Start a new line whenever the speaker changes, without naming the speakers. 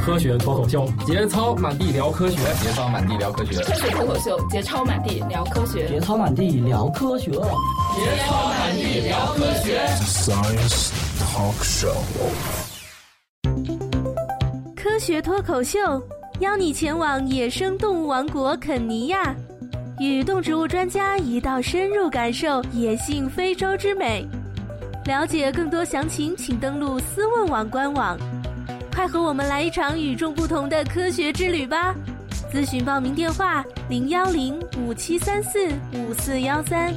科学脱口秀，节操满地聊科学，
节操满地聊科学，
科学脱口秀，节操满地聊科学，
节操满地聊科学，
节操满地聊科学。
Science Talk Show，
科学脱口秀邀你前往野生动物王国肯尼亚，与动植物专家一道深入感受野性非洲之美。了解更多详情，请登录思问网官网。快和我们来一场与众不同的科学之旅吧！咨询报名电话：零幺零五七三四五四幺三。